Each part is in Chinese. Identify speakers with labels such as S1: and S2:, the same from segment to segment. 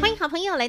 S1: 欢迎好朋友来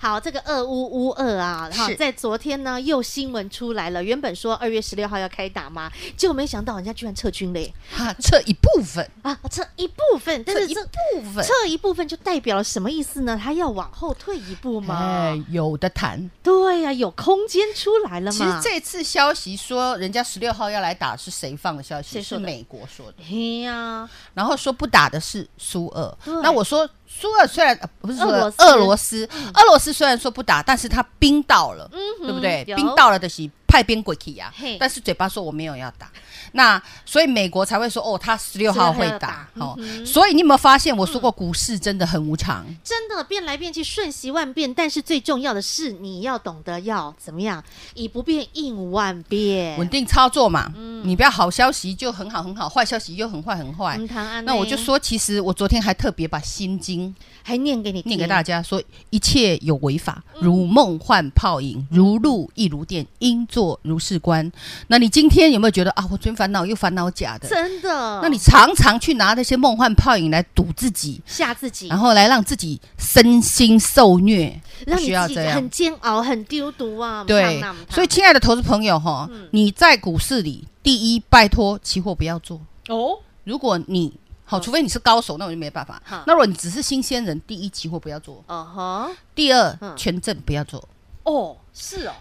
S1: 好，这个二五五二啊，哈，
S2: 是
S1: 在昨天呢又新闻出来了，原本说二月十六号要开打嘛，结果没想到人家居然撤军了耶
S2: 哈、撤啊一部分，
S1: 啊，撤一部分，但
S2: 撤
S1: 是
S2: 一
S1: 这
S2: 部分，
S1: 撤一部分就代表了什么意思呢？他要往后退一步嘛？
S2: 哎，有的谈。
S1: 对呀、有空间出来了
S2: 其实
S1: 嘛？
S2: 这次消息说人家十六号要来打是谁放的消息？
S1: 谁说
S2: 是
S1: 的
S2: 美国说的，
S1: 嘿哎呀、
S2: 然后说不打的是苏俄
S1: 对。
S2: 那我说苏俄虽然、呃不是苏
S1: 俄罗
S2: 俄
S1: 斯，
S2: 俄罗斯，俄罗斯虽然说不打，但是他冰到了。
S1: 嗯哼
S2: 对不对？
S1: 有
S2: 冰到了的是派边鬼去呀
S1: 嘿，
S2: 但是嘴巴说我没有要打，那所以美国才会说哦，他十六号
S1: 16
S2: 会
S1: 要打
S2: 打哦
S1: 嗯哼。
S2: 所以你有没有发现我说过股市真的很无常？
S1: 真的变来变去，瞬息万变。但是最重要的是，你要懂得要怎么样，以不变应万变。
S2: 稳定操作嘛，你不要好消息就很好很好，坏消息又很坏很坏
S1: 嗯，。唐安，
S2: 那我就说，其实我昨天还特别把《心经》
S1: 还念给你听，
S2: 念给大家，说一切有为法，
S1: 嗯
S2: 如梦幻泡影，如露亦如电，应作如是观。那你今天有没有觉得啊，我昨天烦恼又烦恼假的？
S1: 真的。
S2: 那你常常去拿那些梦幻泡影来赌自己，
S1: 吓自己，
S2: 然后来让自己身心受虐，不
S1: 让你
S2: 需要
S1: 自己
S2: 这
S1: 很
S2: 样。
S1: 煎熬、很丢毒啊。
S2: 对
S1: 不烫那不，烫
S2: 所以亲爱的投资朋友哈，
S1: 嗯
S2: 你在股市里，第一，拜托期货不要做。
S1: 哦，
S2: 如果你
S1: 嗯
S2: 好，除非你是高手，那我就没办法
S1: 好。
S2: 那如果你只是新鲜人，第一期货不要做，
S1: 哦
S2: 第二
S1: 嗯
S2: 权证不要做。
S1: 哈，哦，是哦，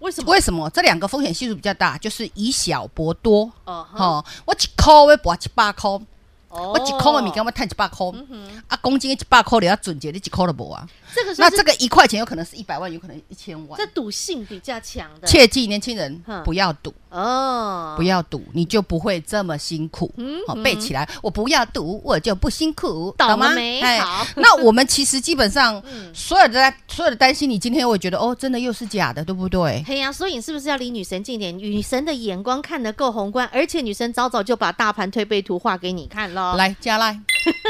S1: 为什么？
S2: 为什么？这两个风险系数比较大，就是以小博多。
S1: 哦哈，
S2: 哦，我一块要博一百块，
S1: 我
S2: 我一块的物
S1: 哦
S2: 件要赚一百块，
S1: 嗯
S2: 啊，公斤一百块你要准结，你一块都无啊。
S1: 这个
S2: 那
S1: 那
S2: 这
S1: 这
S2: 个一块钱有可能是一百万，有可能一千万
S1: 这。赌性比较强的，
S2: 切记，年轻人
S1: 嗯
S2: 不要赌，
S1: 哦，嗯
S2: 不要赌，你就不会这么辛苦。好，背起来，我不要赌，我就不辛苦，
S1: 懂了
S2: 懂吗？
S1: 没好 嗯
S2: 那我们其实基本上所有的担所有的担心，你今天会觉得哦，真的又是假的，对不对？
S1: 嘿呀、所以你是不是要离女神近点？女神的眼光看得够宏观，而且女神早早就把大盘推背图画给你看了，
S2: 来，加赖，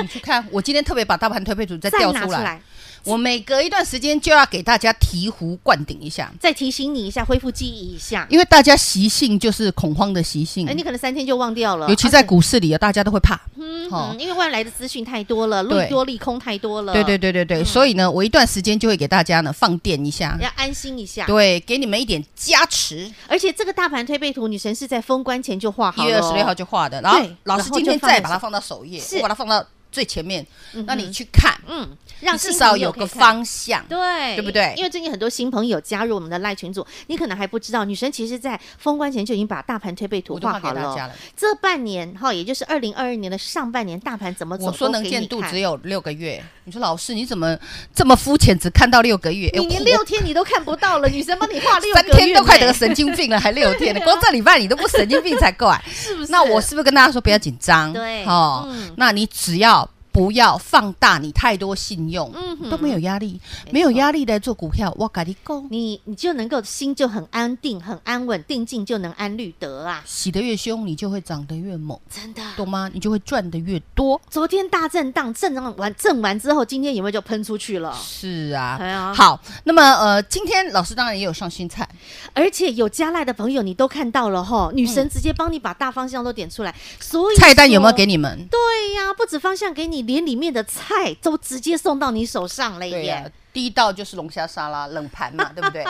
S2: 你去看，我今天特别把大盘推背图再
S1: 再
S2: 调
S1: 拿
S2: 出
S1: 出
S2: 来，
S1: 来，
S2: 我每隔一段时间就要给大家醍醐灌顶一下，
S1: 再提醒你一下，恢复记忆一下。
S2: 因为大家习性就是恐慌的习性
S1: 哎、，你可能三天就忘掉了，
S2: 嗯尤其
S1: 而
S2: 在
S1: 且
S2: 股市里啊，大家都会怕。
S1: 嗯
S2: 哦
S1: 嗯，因为外来的资讯太多了，
S2: 对
S1: 利多利空太多了，
S2: 对对，对对
S1: 嗯
S2: 对，所以呢，我一段时间就会给大家呢放电一下，
S1: 要安心一下。
S2: 对，给你们一点加持。
S1: 而且这个大盘推背图，女神是在封关前就画好
S2: 一
S1: 了，
S2: 月二十六号就画的，然后
S1: 对
S2: 老
S1: 然
S2: 师
S1: 后
S2: 今
S1: 就
S2: 天
S1: 放在
S2: 再把它
S1: 手
S2: 放到首页，
S1: 是
S2: 我把它放到最前面，
S1: 嗯哼
S2: 让你去看，
S1: 嗯，让
S2: 你至
S1: 新
S2: 少
S1: 朋友
S2: 有个
S1: 可以看。
S2: 方向。
S1: 对，
S2: 对不对
S1: 因为最近很多新朋友加入我们的赖群组，你可能还不知道，女神其实在封关前就已经把大盘推背图
S2: 我都
S1: 画
S2: 画给
S1: 好
S2: 大
S1: 了。
S2: 家了。
S1: 这半年哈，也就是二零二二年的上半年，大盘怎么走？
S2: 我说能见
S1: 都
S2: 度
S1: 给
S2: 只
S1: 你
S2: 有六个月，你说老师你怎么这么肤浅，只看到六个月？哎
S1: 看，你连六
S2: 我
S1: 天你都看不到了，女神帮你画六
S2: 三
S1: 个
S2: 天
S1: 月
S2: 都快
S1: 呢
S2: 得神经病了，还六天呢？
S1: 对啊
S2: 光这礼拜你都不神经病才怪。
S1: 是不是？
S2: 那我是不是跟大家说不要紧张？
S1: 对
S2: 哦，
S1: 嗯
S2: 那你只要不要放大你太多信用，
S1: 嗯哼
S2: 都没有压力，
S1: 错
S2: 没有压力来做股票，我跟你讲，
S1: 你你就能够心就很安定、很安稳，定静就能安律得啊，
S2: 洗得越凶，你就会长得越猛，
S1: 真的。
S2: 懂吗？你就会赚得越多。
S1: 昨天大震荡，震荡完震完之后，今天有没有就喷出去了？
S2: 是啊，
S1: 哎呀
S2: 好，那么呃，今天老师当然也有上新菜，
S1: 而且有加赖的朋友，你都看到了哈，女神直接帮你把大方向都点出来，所以
S2: 嗯菜单有没有给
S1: 你？
S2: 你们？
S1: 对呀、不止方向给你，连里面的菜都直接送到你手上了
S2: 对呀
S1: 耶。，
S2: 第一道就是龙虾沙拉冷盘 嘛，对不对？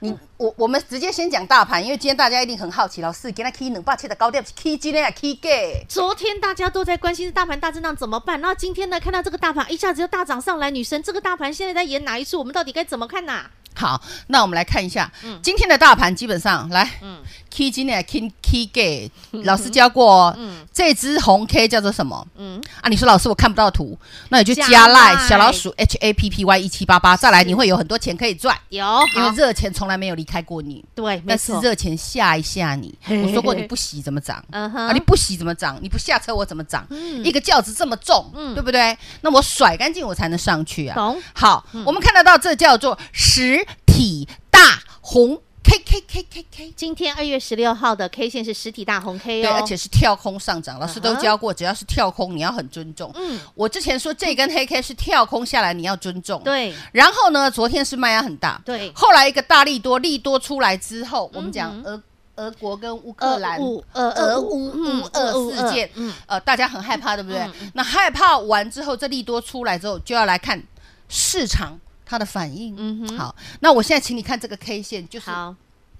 S2: 你我我们直接先讲大盘，因为今天大家一定很好奇，老师今天 K 冷霸切的高点 K 今天啊 K 给。
S1: 昨天大家都在关心大盘大震荡怎么办，然后今天呢，看到这个大盘一下子就大涨上来，女神这个大盘现在在演哪一出？我们到底该怎么看呐、
S2: 好，那我们来看一下、
S1: 嗯
S2: 今天的大盘，基本上来
S1: 嗯
S2: K 今天 K K Gay 老师教过哦、
S1: 嗯
S2: 这只红 K 叫做什么
S1: 嗯，
S2: 啊？你说老师我看不到图，那你就
S1: 加
S2: 加
S1: 赖
S2: 赖小老鼠 H A P P Y 一七八八，再来你会有很多钱可以赚，
S1: 有
S2: 因为
S1: 好
S2: 热钱从来没有离开过你，
S1: 对，没
S2: 但是
S1: 错，
S2: 热钱吓一吓你。
S1: 嘿
S2: 我说过你不洗怎么涨？
S1: 嗯
S2: 啊，你
S1: 哼，
S2: 不洗怎么涨？你不下车我怎么涨？
S1: 嗯
S2: 一个轿子这么重，
S1: 嗯
S2: 对不对？那我甩干净我才能上去啊。
S1: 懂嗯
S2: 好，我们看得到这叫做实体大红 K K K K K。
S1: 今天二月十六号的 K 线是实体大红 K
S2: 对，
S1: 哦，
S2: 而且是跳空上涨，老师
S1: 嗯
S2: 都
S1: 哼
S2: 教过，只要是跳空，你要很尊重。
S1: 嗯，
S2: 我之前说这根黑 K 是跳空下来，你要尊重。，
S1: 对
S2: 然后呢，昨天是卖压很大，
S1: 对，
S2: 后来一个大利多，利多出来之后，我们
S1: 嗯
S2: 讲俄俄国跟乌克兰
S1: 乌呃
S2: 俄乌乌俄事件，
S1: 嗯
S2: 呃，大家很害怕，对不对
S1: 嗯嗯？
S2: 那害怕完之后，这利多出来之后，就要来看市场它的反应。
S1: 嗯哼
S2: 好，那我现在请你看这个 K 线，就是
S1: 好，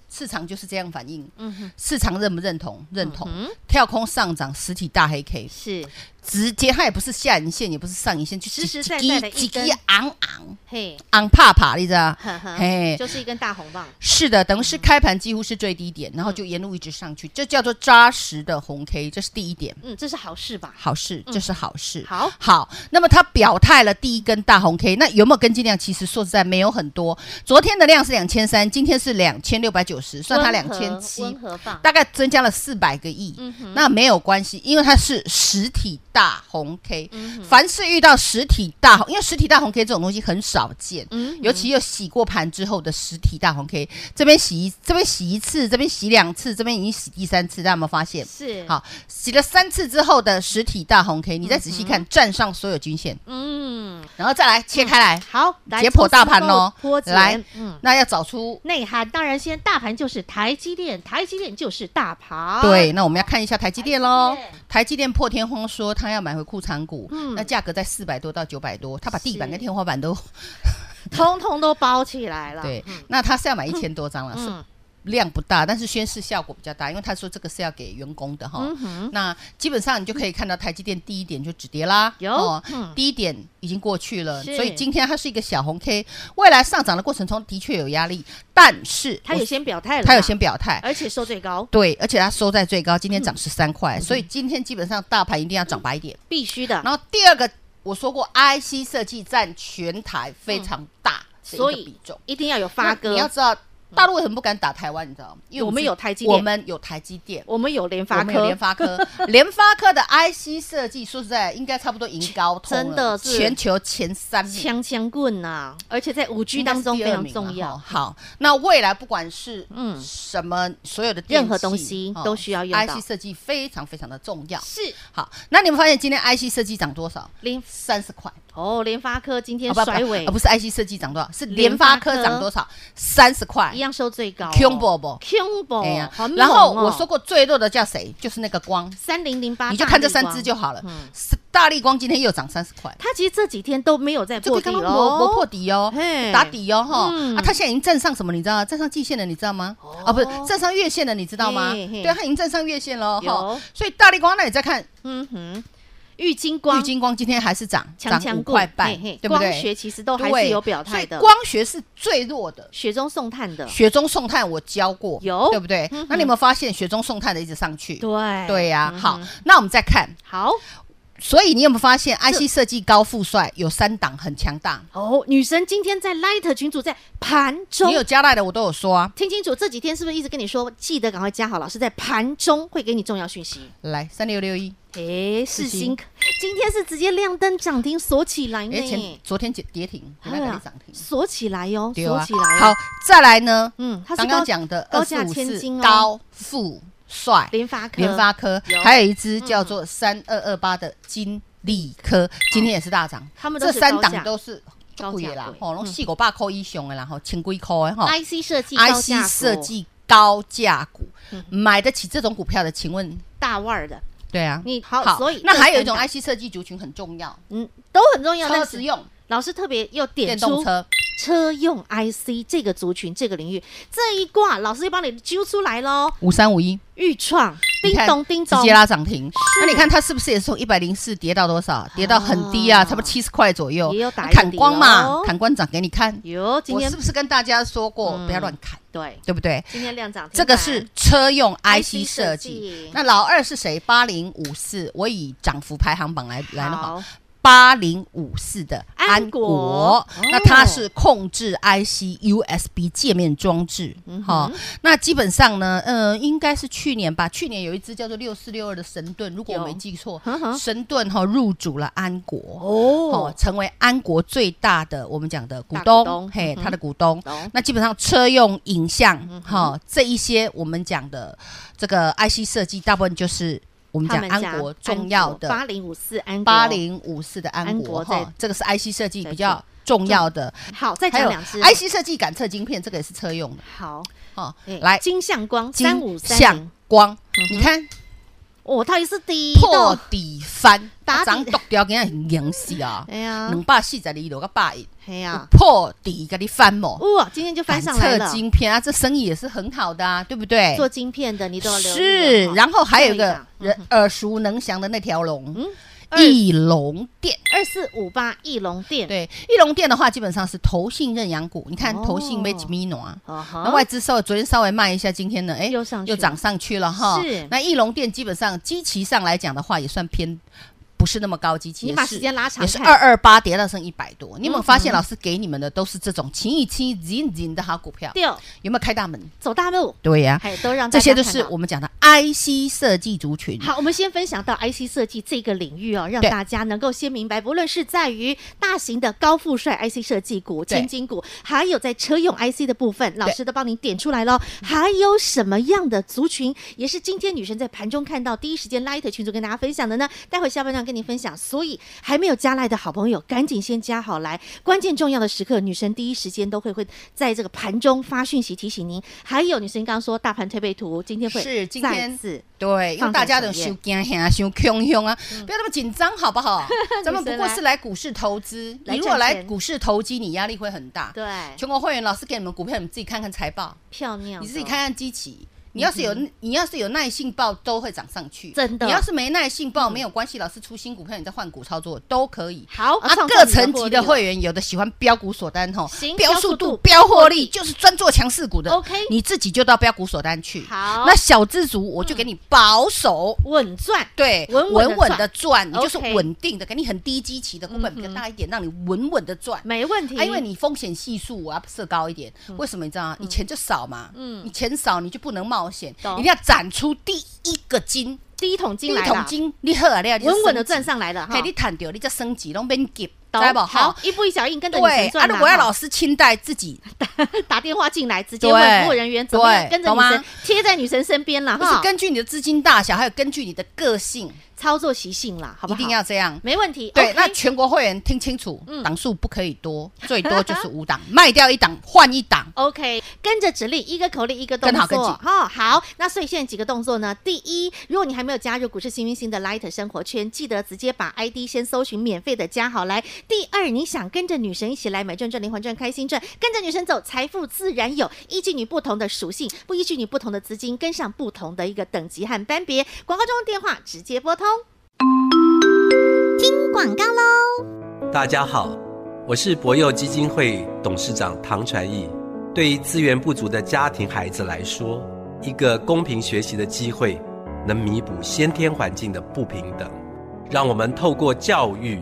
S2: 市场就是这样反应，
S1: 嗯哼，
S2: 市场认不认同？认同。
S1: 嗯
S2: 跳空上涨，实体大黑 K，
S1: 是
S2: 直接它也不是下影线，也不是上影线，就
S1: 实实在在的一根
S2: 几昂昂
S1: 嘿，
S2: 昂怕怕，你知道吗？
S1: 呵呵
S2: 嘿
S1: 就是一根大红棒，
S2: 是的，等于是开盘几乎是最低点，然后就沿路一直上去，这叫做扎实的红 K，这是第一点，
S1: 嗯，这是好事吧？
S2: 好事，这是好事。
S1: 嗯好，
S2: 好，那么它表态了第一根大红 K，那有没有跟进量？其实说实在没有很多，昨天的量是两千三，今天是两千六百九十，算它两千七
S1: 温，和棒，
S2: 大概增加了四百个亿。
S1: 嗯哼，
S2: 那没有关系，因为它是实体大红 K，、
S1: 嗯哼
S2: 凡是遇到实体大红，因为实体大红 K 这种东西很少见。
S1: 嗯哼
S2: 尤其又洗过盘之后的实体大红 K，这边洗一，这边洗一次，这边洗两次，这边已经洗第三次，大家有没有发现？
S1: 是，
S2: 好，洗了三次之后的实体大红 K，你再仔细看，站上所有均线，
S1: 嗯，
S2: 然后再来切开来，
S1: 好，来
S2: 解剖大盘哦
S1: 抽丝剥茧
S2: 来
S1: 嗯。
S2: 那要找出
S1: 内涵当然，先大盘就是台积电，台积电就是大盘。
S2: 对，那我们要看一下台积电喽
S1: 啊台积电。
S2: 台积电破天荒说他要买回库藏股，
S1: 嗯
S2: 那价格在四百多到九百多，他把地板
S1: 是
S2: 跟天花板都
S1: 通通都包起来了。
S2: 对，那他是要买一千多张了，是
S1: 嗯
S2: 量不大，但是宣示效果比较大，因为他说这个是要给员工的哈
S1: 嗯。哼，
S2: 那基本上你就可以看到台积电第一点就止跌啦，哦
S1: 有嗯
S2: 第一点已经过去了，
S1: 是
S2: 所以今天它是一个小红 K，未来上涨的过程中的确有压力，但是
S1: 他有啊先表态了，
S2: 它有先，表态。
S1: 而且收最高，
S2: 对，而且它收在最高，今
S1: 嗯
S2: 天涨十三块，所以今天基本上大盘一定要涨白一点。
S1: 必须的。
S2: 然后第二个，我说过，IC 设计占全台非常大的
S1: 嗯
S2: 一
S1: 所
S2: 个
S1: 以
S2: 比重。
S1: 一定要有发
S2: 那你
S1: 哥，
S2: 要
S1: 嗯
S2: 知道，大陆为什么不敢打台湾？你知道吗？因为
S1: 我们
S2: 是
S1: 有台积
S2: 我
S1: 电，
S2: 们有台积电，
S1: 我们有联
S2: 我
S1: 发
S2: 们有
S1: 科
S2: 联，发科，联发科的 IC 设计，说实在，应该差不多赢高通了
S1: 真的是
S2: 全球前三名。
S1: 枪枪棍呐，而且在五 G 当中非常重
S2: 嗯应该是第二名了
S1: 要
S2: 哈。好，那未来不管是
S1: 嗯
S2: 嗯什么所有的
S1: 任何东西都需要用到
S2: IC 设计非常非常的重要。
S1: 是
S2: 好，那你们发现今天 IC 设计涨多少？
S1: 联
S2: 三十块，
S1: 哦，联发科今天
S2: 啊不
S1: 甩
S2: 不
S1: 尾
S2: 啊，不是 IC 设计涨多少，是
S1: 联
S2: 联
S1: 发
S2: 发
S1: 科
S2: 科涨多少？三十块
S1: 一。样收最高哦。
S2: Combo 不
S1: Combo，
S2: 哎呀
S1: 好猛哦
S2: 然后我说过最弱的叫谁？就是那个光，
S1: 三零零八，
S2: 你就看这三只就好了
S1: 嗯。
S2: 是大力光今天又涨三十块，
S1: 他其实这几天都没有在
S2: 这
S1: 破
S2: 个
S1: 底
S2: 刚
S1: 哦，
S2: 刚磨磨破底哦
S1: 嘿，
S2: 打底哦哈
S1: 嗯。哦
S2: 啊，它现在已经站上什么？你知道吗？站上季线了，你知道吗？啊，不是站上月线了，你知道吗？
S1: 嘿嘿
S2: 对，啊它已经站上月线了
S1: 有
S2: 哈。所以大力光，那你再看
S1: 嗯哼，玉金
S2: 玉
S1: 光、
S2: 金光今天还是涨，
S1: 强
S2: 涨
S1: 强
S2: 五
S1: 棍
S2: 块半
S1: 嘿嘿，
S2: 对不
S1: 光学
S2: 对？
S1: 其实都还
S2: 对
S1: 是有表态
S2: 所
S1: 的，
S2: 以光学是最弱的。
S1: 雪中送炭的，
S2: 雪中送炭，我教过，
S1: 有
S2: 对不对
S1: 嗯哼？
S2: 那你有没有发现雪中送炭的一直上去？
S1: 对
S2: 对呀、
S1: 嗯
S2: 好
S1: 哼，
S2: 那我们再看，
S1: 好
S2: 所以你有没有发现 IC 设计高富帅有三档很强大？
S1: 哦，女神今天在 Light 群组在盘中
S2: 你。有加赖的我都有说啊，
S1: 听清楚，这几天是不是一直跟你说，记得赶快加好？老师在盘中会给你重要讯息。
S2: 来三六六一，
S1: 诶，世
S2: 世
S1: 新
S2: 新
S1: 今天是直接亮灯涨停锁起来
S2: 哎，前
S1: 呢，
S2: 昨天跌跌停，那
S1: 哎
S2: 个
S1: 呀
S2: 也涨停，
S1: 锁起来哟，
S2: 对
S1: 锁起来。
S2: 啊
S1: 哦
S2: 好，，再来呢，
S1: 嗯，它是
S2: 刚刚
S1: 高
S2: 讲的
S1: 高
S2: 二
S1: 价
S2: 四五
S1: 千金
S2: 四
S1: 哦
S2: 高富帅，
S1: 联发科，嗯
S2: 联发科
S1: 有，
S2: 还有一只叫做三二二八的金利科，今天也是大涨，
S1: 哦他们都
S2: 这
S1: 是
S2: 三
S1: 高价
S2: 档都是
S1: 高价
S2: 贵的啦
S1: 贵，
S2: 吼，拢
S1: 嗯
S2: 四五百块以上的啦，吼，千几块的吼。
S1: IC 设计高价股
S2: IC 哦
S1: 嗯
S2: 设计高价股，买得起这种股票的，请问？
S1: 大腕儿的，
S2: 对啊，
S1: 你好所以
S2: 那还有一
S1: 这
S2: 种
S1: 三
S2: IC 设计族群很重要，
S1: 嗯，都很重要，
S2: 超
S1: 但是
S2: 实用，
S1: 老师特别又点
S2: 电
S1: 出
S2: 动车。
S1: 车用 IC 这个族群、这个领域，这一卦老师就帮你揪出来喽。
S2: 五三五一
S1: 预创
S2: 你
S1: 叮
S2: 看
S1: 咚叮
S2: 直
S1: 咚
S2: 接拉涨停。那你看它是不是也是从一百零四跌到多少？跌到很低啊，
S1: 哦
S2: 差不多七十块左右。
S1: 也有打一个
S2: 砍光
S1: 底
S2: 嘛
S1: 咯，
S2: 砍光涨给你看。
S1: 哟，今
S2: 我
S1: 天
S2: 是不是跟大家说过
S1: 嗯
S2: 不要乱砍，
S1: 对，
S2: 对不对？
S1: 今天量涨停板，
S2: 这个是车用
S1: IC
S2: IC 设计。
S1: 计
S2: 那老二是谁？八零五四，我以涨幅排行榜来来的话，
S1: 好
S2: 八零五四的安
S1: 安
S2: 国
S1: 国，
S2: 那它是控制 IC USB 界面装置，
S1: 嗯
S2: 好、那基本上呢，呃，应该是去年吧，去年有一只叫做六四六二的神盾，如果我
S1: 有
S2: 没记错
S1: 嗯哼，
S2: 神盾哈、入主了安国，哦
S1: 哦，，
S2: 成为安国最大的我们讲的股
S1: 大
S2: 东，
S1: 股东
S2: 嘿
S1: 嗯，哼
S2: 他的股东。
S1: 懂，嗯
S2: 那基本上车用影像哈、这一些我们讲的这个 IC 设计，大部分就是我们讲安国重要的
S1: 八零五四安国
S2: 八零五四的安
S1: 安国
S2: 国
S1: 在
S2: 哈，这个是 IC 设计
S1: 在
S2: 比较重要的，
S1: 好，再
S2: 还
S1: 讲
S2: 有
S1: 两只
S2: IC 设计感测晶片，这个也是车用的
S1: 好，
S2: 哦
S1: 哎。
S2: 来，
S1: 金相光
S2: 金
S1: 三五三零
S2: 像，光
S1: 嗯，哼
S2: 你看
S1: 哦，它也是第一
S2: 破
S1: 的，
S2: 底翻，啊
S1: 打底
S2: 涨剁掉，今天很严 死啊，
S1: 哎呀，
S2: 两百四十二落个百一，
S1: 哎呀，
S2: 破底给你翻某，
S1: 哇，哦今天就翻上来
S2: 感
S1: 了
S2: 测，晶片啊，这生意也是很好的啊，对不对？
S1: 做晶片的你都要留意啊
S2: 是，
S1: 了哈
S2: 然后还有一
S1: 这里
S2: 个
S1: 啊嗯
S2: 人耳熟能详的那条龙，
S1: 二
S2: 翼龙店。
S1: 二四五八翼龙店，
S2: 对，翼龙店的话，基本上是投信认养股。你看
S1: 哦
S2: 投信 m a g m i n o 啊，
S1: 哦哈，
S2: 那外资稍微昨天稍微卖一下，今天呢，哎，
S1: 又上去
S2: 又涨上去了哈。
S1: 是
S2: 那翼龙店基本上基期上来讲的话，也算偏不是那么高基期，
S1: 你
S2: 也
S1: 把
S2: 是
S1: 时间拉长
S2: 也是
S1: 看嗯
S2: 二二八跌到剩一百多。你有没有发现老师给你们的都是这种轻一轻紧紧的好股票？
S1: 六
S2: 有没有开大门？
S1: 走大路，
S2: 对呀、
S1: 还都让大
S2: 这
S1: 家
S2: 些就
S1: 看
S2: 是
S1: 到
S2: 我们讲的 IC 设计族群。
S1: 好，我们先分享到 IC 设计这个领域哦，让
S2: 嗯对
S1: 大家能够先明白，不论是在于大型的高富帅 IC 设计股、
S2: 对
S1: 千金股，还有在车用 IC 的部分，老
S2: 对嗯
S1: 师都帮您点出来喽。还有什么样的族群，也是今天女神在盘中看到第一时间 Light 群组跟大家分享的呢？待会下半段跟您分享。所以还没有加 Light 的好朋友，赶紧先加好来。关键重要的时刻，女神第一时间都会会在这个盘中发讯息提醒您。还有女神刚刚说大盘推背图，今天会
S2: 是今
S1: 再
S2: 天
S1: 次
S2: 对，因
S1: 放
S2: 为大
S1: 在
S2: 家
S1: 首
S2: 都
S1: 页嗯
S2: 修惊吓、修恐凶啊，不要那么紧张，好不 好？咱们不过是来股市投资，
S1: 来
S2: 你如
S1: 赚
S2: 果来
S1: 钱
S2: 股市投机，你压力会很大。
S1: 对
S2: 全国会员老师给你们股票，你们自己看看财报，
S1: 漂亮，哦
S2: 你自己看。看基期。你要是有、你要是有耐性报，都会涨上去。
S1: 嗯真的
S2: 你要是没耐性报，没有关系，老师出新股票，你再换股操作都可以。
S1: 好，
S2: 啊，
S1: 创造你
S2: 各
S1: 的
S2: 层
S1: 获
S2: 级
S1: 利
S2: 的
S1: 了
S2: 会员有的喜欢标股锁单吼
S1: 行，
S2: 标
S1: 标速
S2: 速
S1: 度
S2: 度、标
S1: 获
S2: 获
S1: 利
S2: 利，就是专做强势股的。
S1: OK
S2: 你自己就到标股锁单去。
S1: 好
S2: 那小资族我就给你保守。
S1: 稳赚，
S2: 对，
S1: 稳稳地
S2: 稳稳的赚，你
S1: OK 嗯
S2: 就是稳定的，给你很低基期的股本比较大一点，让你稳稳的赚。
S1: 没问题。
S2: 啊，因为你风险系数我要设高一点，为什么你知道吗？你钱就少嘛，
S1: 嗯
S2: 你钱少你就不能冒险，
S1: 懂
S2: 一定要攒出第一个金，
S1: 第一桶
S2: 第
S1: 金
S2: 一
S1: 来
S2: 桶
S1: 了，
S2: 金，你喝了你就
S1: 稳稳的
S2: 升
S1: 赚
S2: 级
S1: 上来了哈
S2: 嘿，。你赚到你再升级，拢免急，
S1: 懂
S2: 知道不？
S1: 好
S2: 好，，
S1: 一步一脚印跟着女
S2: 对
S1: 神
S2: 啊，
S1: 赚啦
S2: 如果要
S1: 哈
S2: 老师亲带自己，
S1: 打电话进来，直接问
S2: 对
S1: 服务人员怎么样
S2: 对
S1: 跟着
S2: 懂
S1: 女
S2: 吗
S1: 神贴在女神身边了
S2: 不是
S1: 哈，
S2: 根据你的资金大小，还有根据你的个性，
S1: 操作习性啦，好不
S2: 一
S1: 好？
S2: 定要这样。
S1: 没问题。
S2: 对
S1: OK，
S2: 那全国会员听清楚
S1: 嗯，
S2: 档数不可以 多，最多就是五档，卖掉一档换一档。
S1: OK，跟着指令，一个口令，一个动
S2: 跟好跟
S1: 作
S2: 紧，
S1: 哈、好。那所以现在几个动作呢？第一，如果你还没有加入股市幸运星的 Light 生活圈，记得直接把 ID 先搜寻，免费的加好来。第二，你想跟着女神一起来买赚赚、灵魂赚、开心赚，跟着女神走，财富自然有。依据你不同的属性，不依据你不同的资金，跟上不同的一个等级和班别。广告中的电话直接拨通。
S3: 广告喽。
S4: 大家好，我是博幼基金会董事长唐传义。对于资源不足的家庭孩子来说，一个公平学习的机会，能弥补先天环境的不平等。让我们透过教育，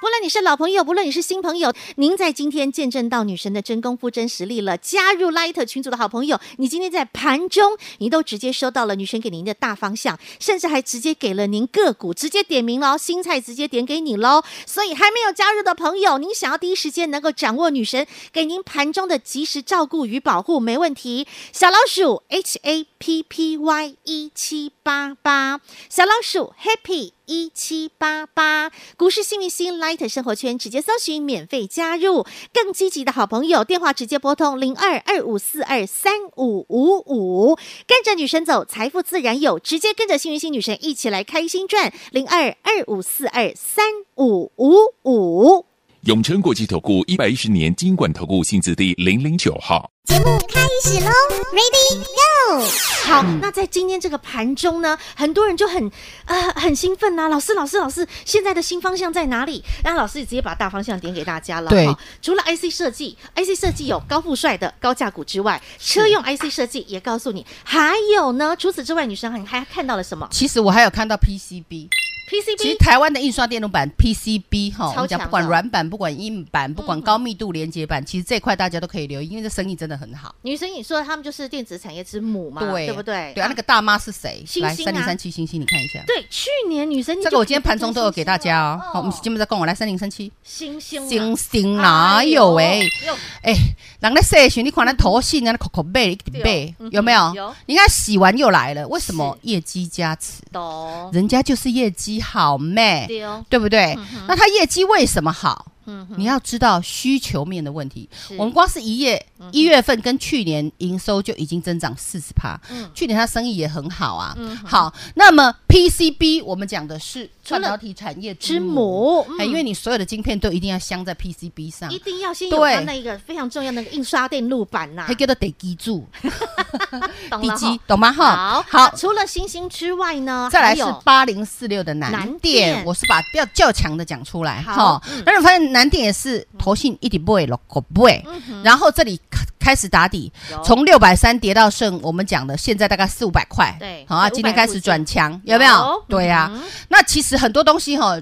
S1: 不论你是老朋友，不论你是新朋友，您在今天见证到女神的真功夫、真实力了。加入 Light 群组的好朋友，你今天在盘中，你都直接收到了女神给您的大方向，甚至还直接给了您个股，直接点名喽，新菜直接点给你喽。所以还没有加入的朋友，您想要第一时间能够掌握女神给您盘中的及时照顾与保护，没问题。小老鼠 H A P P Y 一七八八，小老鼠 Happy。一七八八，股市幸运星 Light 生活圈直接搜寻免费加入，更积极的好朋友电话直接拨通零二二五四二三五五五，跟着女神走，财富自然有，直接跟着幸运星女神一起来开心赚零二二五四二三五五五。
S3: 永诚国际投顾一百一十年金管投顾性质第零零九号。
S1: 好，
S2: 嗯
S1: 那在今天这个盘中呢，很多人就很呃很兴奋呐、老师，老师，老师，现在的新方向在哪里？那老师也直接把大方向点给大家了。
S2: 对
S1: 哈除了 IC 设计，IC 设计有高富帅的高价股之外，车用 IC 设计也告诉你，还有呢，除此之外，女生还还看到了什么
S2: 其实我还有看到 PCB，其实
S1: ？PCB
S2: 台湾的印刷电路板 PCB 哈，
S1: 强的嗯
S2: 我们讲不管软板、不管硬板、不管高密度连接板，其实这块大家都可以留意，因为这生意真的很好。
S1: 女生，你说他们就是电子产业之母嘛，
S2: 对，
S1: 不对？
S2: 对啊，那个大妈是谁？
S1: 星
S2: 来
S1: 星啊
S2: 三零三七星星，你看一下。
S1: 对，去年女生你
S2: 这
S1: 就
S2: 个我今天
S1: 提到
S2: 盘中都有给大家哦。好，我们
S1: 哦
S2: 今天在跟我来三零三七，
S1: 星星啊
S2: 星星哪有
S1: 哎
S2: 啊喂
S1: 呦？有
S2: 哎，人在洗的时候，你看那头信啊，那口口背一直背
S1: 对哦嗯，
S2: 有没有？
S1: 有
S2: 你看洗完又来了，为什么业绩加持？
S1: 懂，
S2: 人家就是业绩好妹，
S1: 哦对哦，
S2: 对不对？那它业绩为什么好？
S1: 嗯哼，
S2: 你要知道需求面的问题
S1: 是。嗯
S2: 我们光是一月一月份跟去年营收就已经增长四十趴
S1: 嗯，
S2: 去年它生意也很好啊
S1: 嗯。哼
S2: 好，那么 PCB 我们讲的是
S1: 除了
S2: 半导体产业
S1: 之
S2: 之母，
S1: 母，嗯
S2: 哎，因为你所有的晶片都一定要镶在 PCB 上
S1: 一。定要先有
S2: 对
S1: 它那一个非常重要的那个印刷电路板呐、
S2: 还叫做得记住，
S1: 懂
S2: 地
S1: 了
S2: 基
S1: 哈。
S2: 懂吗？
S1: 好啊
S2: 哈，
S1: 那
S2: 好，
S1: 除了星星之外呢，
S2: 再来
S1: 还
S2: 是
S1: 有
S2: 八零四六的南
S1: 南电
S2: 电，我是把比较较强的讲出来
S1: 好嗯
S2: 哈。但是我发现南电也是投信一点不会，不会，然后这里开开始打底
S1: 嗯有，
S2: 从六百三跌到剩我们讲的现在大概四五百块，
S1: 对
S2: 好啊，
S1: 400
S2: 今天开始转强，有没有
S1: 有？
S2: 对呀
S1: 嗯哼，
S2: 那其实很多东西哈。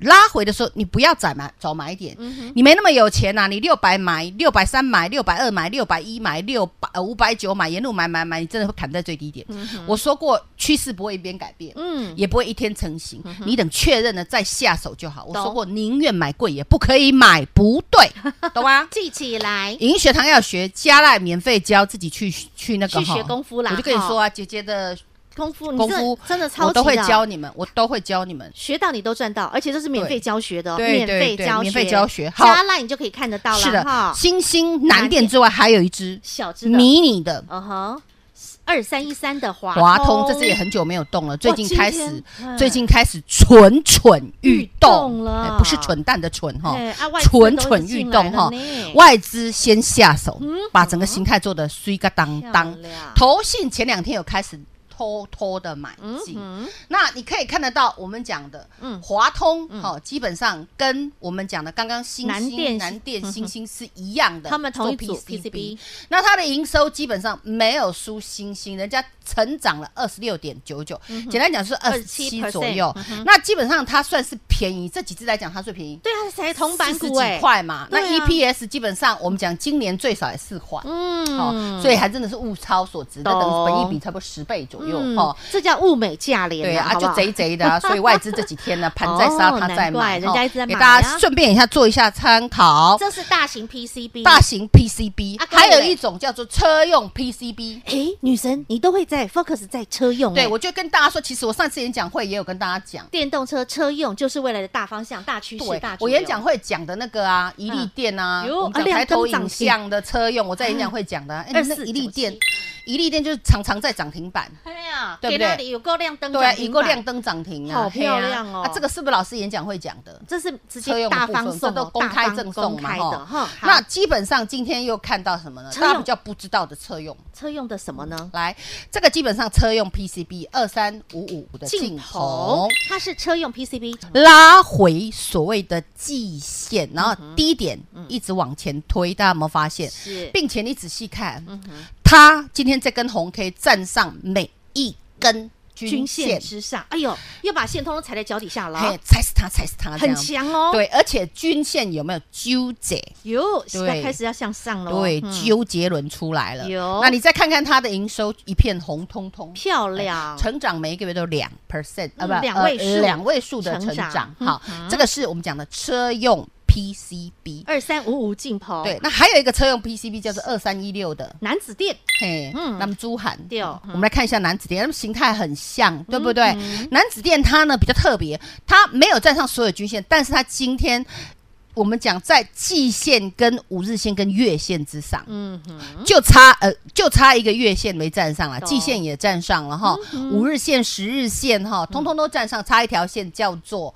S2: 拉回的时候，你不要再买早买点，
S1: 嗯
S2: 你没那么有钱啊呐、你六百买，六百三买，六百二买，六百一买，六百呃五百九买，沿路买买买，你真的会砍在最低点。我说过，趋势不会一边改变，
S1: 嗯，
S2: 也不会一天成型，你等确认了再下手就好。我
S1: 懂
S2: 说过，宁愿买贵也不可以买不对， 懂吗？
S1: 记起来，
S2: 影音学堂要学，加赖免费教，自己去去那个
S1: 去
S2: 哈
S1: 学功夫啦
S2: 我就跟你说啊，姐姐的
S1: 功夫，你
S2: 功
S1: 真的
S2: 夫
S1: 真的超级
S2: 我
S1: 的
S2: 都会教你们，我都会教你们。
S1: 学到你都赚到，而且这是免费
S2: 对
S1: 教学的哦，
S2: 对
S1: 免
S2: 对
S1: 费
S2: 对
S1: 教学，
S2: 免费教学好
S1: 加赖你就可以看得到了，
S2: 是的
S1: 哈，，
S2: 星星南电之外还有一只
S1: 小只的，
S2: 迷你的
S1: 嗯哼，二三一三的华
S2: 华通，这只也很久没有动了，最近
S1: 今
S2: 开
S1: 天
S2: 始
S1: 嗯
S2: 最近开始蠢蠢欲
S1: 欲动
S2: 动
S1: 了
S2: 哎不是蠢蛋的蠢哈
S1: 哎啊外，资
S2: 蠢蠢欲
S1: 都已经进
S2: 动
S1: 来了呢嗯
S2: 外资先下手，把整个形态做的碎个当当
S1: 漂。亮
S2: 投信前两天有开始偷偷的买进，
S1: 嗯
S2: 那你可以看得到我们讲的，
S1: 嗯
S2: 嗯，华通，好、基本上跟我们讲的刚刚新
S1: 南电
S2: 兴、南电、星 星是一样的，
S1: 他们同一组
S2: 做
S1: PCB
S2: 那它的营收基本上没有输星星，人家成长了二十六点九九，
S1: 嗯
S2: 简单讲是二十七
S1: 27%
S2: 左右、那基本上它算是便宜，这几只来讲它最便宜。
S1: 对啊，才铜板
S2: 四十
S1: 股
S2: 几
S1: 哎，
S2: 块嘛，那
S1: 对啊
S2: EPS 基本上我们讲今年最少也四块，
S1: 嗯
S2: 哦，所以还真的是物超所值，那
S1: 懂
S2: 等本益比差不多十倍左右，
S1: 嗯
S2: 哦。
S1: 这叫物美价廉，
S2: 对啊，
S1: 好不
S2: 就
S1: 好
S2: 贼贼的啊，所以外资这几天 呢，盘在杀，
S1: 哦
S2: 它在
S1: 难怪
S2: 买，
S1: 人家一直在
S2: 给
S1: 买
S2: 大
S1: 啊
S2: 家顺便一下做一下参考。
S1: 这是大型 PCB。
S2: 哦大型 PCB，
S1: 啊
S2: 还
S1: 各
S2: 有
S1: 位
S2: 一种叫做车用 PCB。
S1: 哎，女神，你都会在 focus 在车用、
S2: 对，
S1: 诶
S2: 我就跟大家说，其实我上次演讲会也有跟大家讲，
S1: 电动车车用就是未来的大方向、大趋势、
S2: 对
S1: 大，嗯主
S2: 我
S1: 流
S2: 演讲会讲的那个啊，一利电啊，
S1: 哟
S2: 我
S1: 啊
S2: 们讲
S1: 亮
S2: 抬头
S1: 灯涨
S2: 影
S1: 停
S2: 像的车用，我在演讲会讲的啊，哎，那
S1: 24
S2: 一利电
S1: 97，
S2: 一利电就是常常在涨停板，
S1: 哎呀，
S2: 对不
S1: 给
S2: 对
S1: 那里有够亮灯，
S2: 对啊，
S1: 嗯涨
S2: 一
S1: 停
S2: 个
S1: 板
S2: 亮，灯涨停啊，
S1: 好漂
S2: 嘿啊
S1: 亮哦
S2: 啊，这个是不是老师演讲会讲的？
S1: 这是直
S2: 车
S1: 接
S2: 用的
S1: 大
S2: 部分
S1: 方送、哦，
S2: 这都公
S1: 大
S2: 开
S1: 方
S2: 赠
S1: 公
S2: 送嘛
S1: 开的
S2: 哈
S1: 哈。。
S2: 那
S1: 那
S2: 基本上今天又看到什么呢？
S1: 车用
S2: 大家比较不知道的车用，
S1: 车用的什么呢？
S2: 来，这个基本上车用 PCB 二三五五的镜头，
S1: 它是车用 PCB，
S2: 拉回所谓的季线，然后低点一直往前推，大家有没有发现？
S1: 是
S2: 并且你仔细看，
S1: 嗯
S2: 它今天这根红 K 站上每一根均
S1: 均线
S2: 线，
S1: 之上。哎呦，又把线通通踩在脚底下了
S2: 嘿
S1: 哦，，
S2: 踩死它，踩死它，这
S1: 很
S2: 样。
S1: 强哦。，
S2: 对，而且均线有没有纠结？
S1: 哟，现
S2: 对
S1: 在开始要向上了哦，
S2: 对，
S1: 嗯
S2: 纠结轮出来了。
S1: 有
S2: 那你再看看它的营收，一片红彤彤，
S1: 漂亮，
S2: 成长每一个月都两 percent 啊，
S1: 嗯
S2: 不，
S1: 两位
S2: 呃
S1: 数
S2: 两位数的
S1: 成
S2: 成
S1: 长嗯
S2: 长。好，这个是我们讲的车用 PCB。
S1: 二三五五进鹏，
S2: 对，，那还有一个车用 PCB 叫做二三一六的，
S1: 男子店
S2: 嘿，
S1: 嗯
S2: 那么珠韩，
S1: 对哦嗯
S2: 我们来看一下男子店，它们形态很像，对不对？男子店它呢比较特别，它没有站上所有均线，但是它今天我们讲在季线、跟五日线、跟月线之上，
S1: 嗯
S2: 就差呃就差一个月线没站上了，
S1: 懂嗯
S2: 季线也站上了哈，五日线、十日线哈，通通都站上，差一条线叫做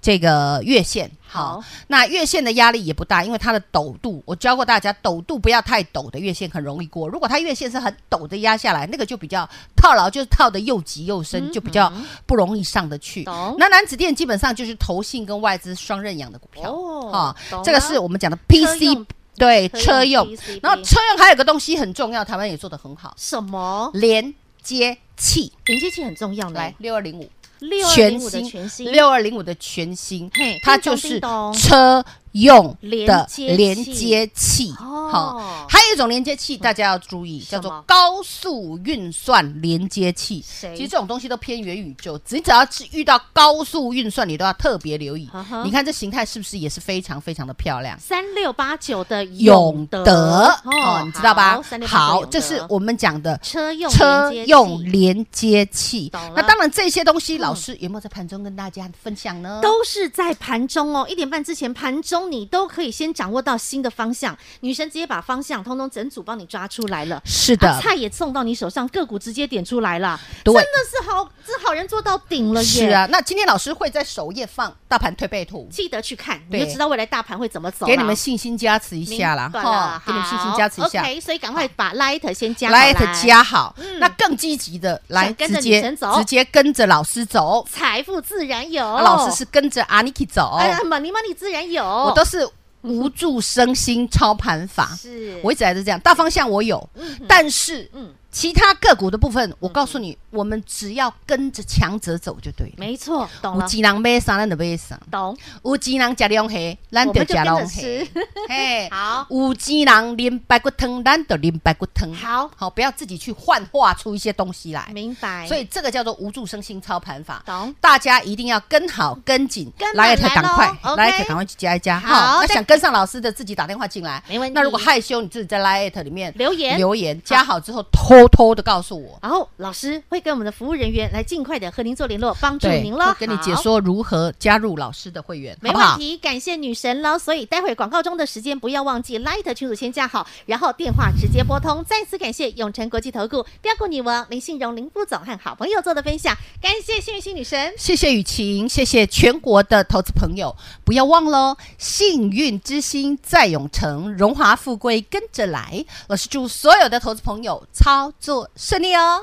S2: 这个月线。
S1: 嗯好
S2: 好，那月线的压力也不大，因为它的陡度，我教过大家，陡度不要太陡的月线很容易过。如果它月线是很陡的压下来，那个就比较套牢，就是套的又急又深，就比较不容易上得
S1: 嗯
S2: 去
S1: 懂。
S2: 那男子店基本上就是投信跟外资双认养的股票，
S1: 哦
S2: 哈
S1: 懂，
S2: 这个
S1: 了
S2: 是我们讲的
S1: 车
S2: PC
S1: 用
S2: 对
S1: 车
S2: 车
S1: 用
S2: 用
S1: PCB，
S2: 然后车用还有个东西很重要，台湾也做得很好，
S1: 什么
S2: 连接器。
S1: 连接器很重要呢？
S2: 来，六二零五
S1: 六二零五的全新
S2: 六二零五的全新
S1: 嘿，
S2: 它
S1: 叮咚
S2: 就是
S1: 叮咚
S2: 车用
S1: 连
S2: 的
S1: 接器
S2: 连接器。
S1: 哦嗯
S2: 好，还有一种连接器大家要注意，
S1: 什
S2: 叫
S1: 么
S2: 做高速运算连接器。
S1: 谁
S2: 其实这种东西都偏元宇宙，只只要是遇到高速运算，你都要特别留意
S1: 啊哈。
S2: 你看这形态是不是也是非常非常的漂亮？
S1: 三六八九的
S2: 永德
S1: 哦
S2: 哦，，你知道吧
S1: 三？六八
S2: 好，
S1: 九，
S2: 这是我们讲的
S1: 车用
S2: 车
S1: 连接器
S2: 用连接器
S1: 懂了。嗯
S2: 那当然，这些东西老师有没有在盘中跟大家分享呢？
S1: 都是在盘中哦，一点半之前盘中你都可以先掌握到新的方向，女神直接把方向通通整组帮你抓出来了。
S2: 是
S1: 啊
S2: 的，
S1: 菜也送到你手上，个股直接点出来了，
S2: 对
S1: 真的是好，这好人做到顶了耶！
S2: 是，啊。那今天老师会在首页放大盘推背图，
S1: 记得去看，你
S2: 对
S1: 就知道未来大盘会怎么走了。
S2: 给你们信心加持一
S1: 明
S2: 下啦，
S1: 白了
S2: 给你们信心
S1: 好
S2: 加持一下。
S1: OK，所以赶快把 Light 先加好
S2: 来
S1: 来，嗯
S2: 加好，那更积极的来
S1: 想跟着
S2: 直
S1: 女
S2: 接
S1: 神走
S2: 直接跟着老师走，
S1: 财富自然有。
S2: 啊老师是跟着阿尼基走，
S1: 哎呀，money 哦 money 自然有，
S2: 我都是无助身心操盘法，
S1: 是
S2: 我一直还是这样，大方向我有，但是
S1: 嗯
S2: 其他个股的部分，我告诉你，我们只要跟着强者走就对了。
S1: 没错，懂
S2: 有
S1: 了，
S2: 几人买啥，咱就买啥；
S1: 懂。
S2: 有几人吃龙虾，咱就吃
S1: 我
S2: 龙
S1: 们就跟着吃
S2: 虾。嘿，
S1: 好
S2: 有几人啉白骨汤，咱就啉白骨汤。
S1: 好
S2: 好，不要自己去幻化出一些东西来。
S1: 明白。
S2: 所以这个叫做无助生心操盘法
S1: 哎懂，
S2: 大家一定要跟好跟紧
S1: 跟，满
S2: 来特
S1: 来
S2: 赶快
S1: 咯，
S2: 来
S1: OK
S2: 特赶快去加一加。
S1: 好
S2: 那
S1: 再
S2: 想跟上老师的自己打电话进来，
S1: 没问题
S2: 那如果害羞，你自己在 Lite 里面
S1: 留言
S2: 留言加好之后，偷偷的告诉我，
S1: 然后老师会跟我们的服务人员来尽快的和您做联络，帮助
S2: 对，
S1: 您喽
S2: 会。跟你解
S1: 好。
S2: 说如何加入老师的会员，
S1: 没
S2: 好不
S1: 问
S2: 好？
S1: 题，感谢女神喽。所以待会儿广告中的时间不要忘记，Light 群组先加好，然后电话直接拨通。再次感谢永诚国际投顾标股女王林信荣林副总和好朋友做的分享，感谢幸运星女神。
S2: 谢谢雨晴，谢谢全国的投资朋友，不要忘了哦，幸运之星在永城，荣华富贵跟着来。老师祝所有的投资朋友操作顺利哦。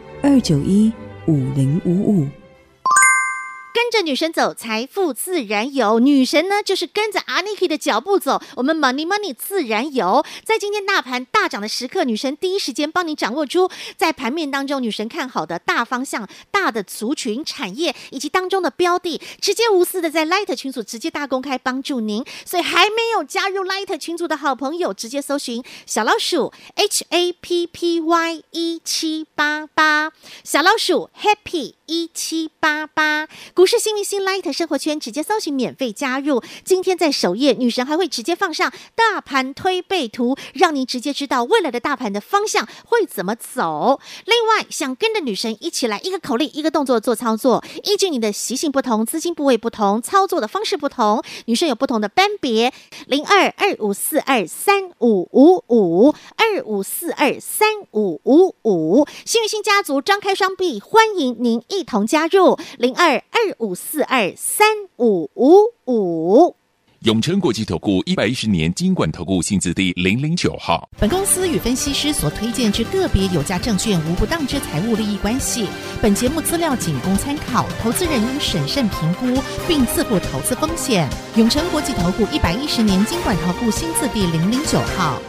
S5: 二九一五零五五。
S1: 跟着女神走，财富自然有。女神呢，就是跟着 Aniki 的脚步走，我们 Money Money 自然有。在今天大盘大涨的时刻，女神第一时间帮你掌握出在盘面当中女神看好的大方向、大的族群、产业以及当中的标的，直接无私的在 Light 群组直接大公开帮助您。所以还没有加入 Light 群组的好朋友，直接搜寻小老鼠 H A P P Y 一七八八，小老鼠 Happy 一七八八，股市新明星 Light 生活圈直接搜寻免费加入。今天在首页，女神还会直接放上大盘推背图，让您直接知道未来的大盘的方向会怎么走。另外，想跟着女神一起来一个口令一个动作做操作，依据你的习性不同、资金部位不同、操作的方式不同，女生有不同的班别。零二二五四二三五五五二五四二三五五五，幸运星家族张开双臂，欢迎您一同加入零二二五四二三五五五。
S3: 永诚国际投顾一百一十年金管投顾性质第零零九号。
S6: 本公司与分析师所推荐之个别有价证券无不当之财务利益关系。本节目资料仅供参考，投资人应审慎评估并自负投资风险。永诚国际投顾一百一十年经管投顾新字第零零九号。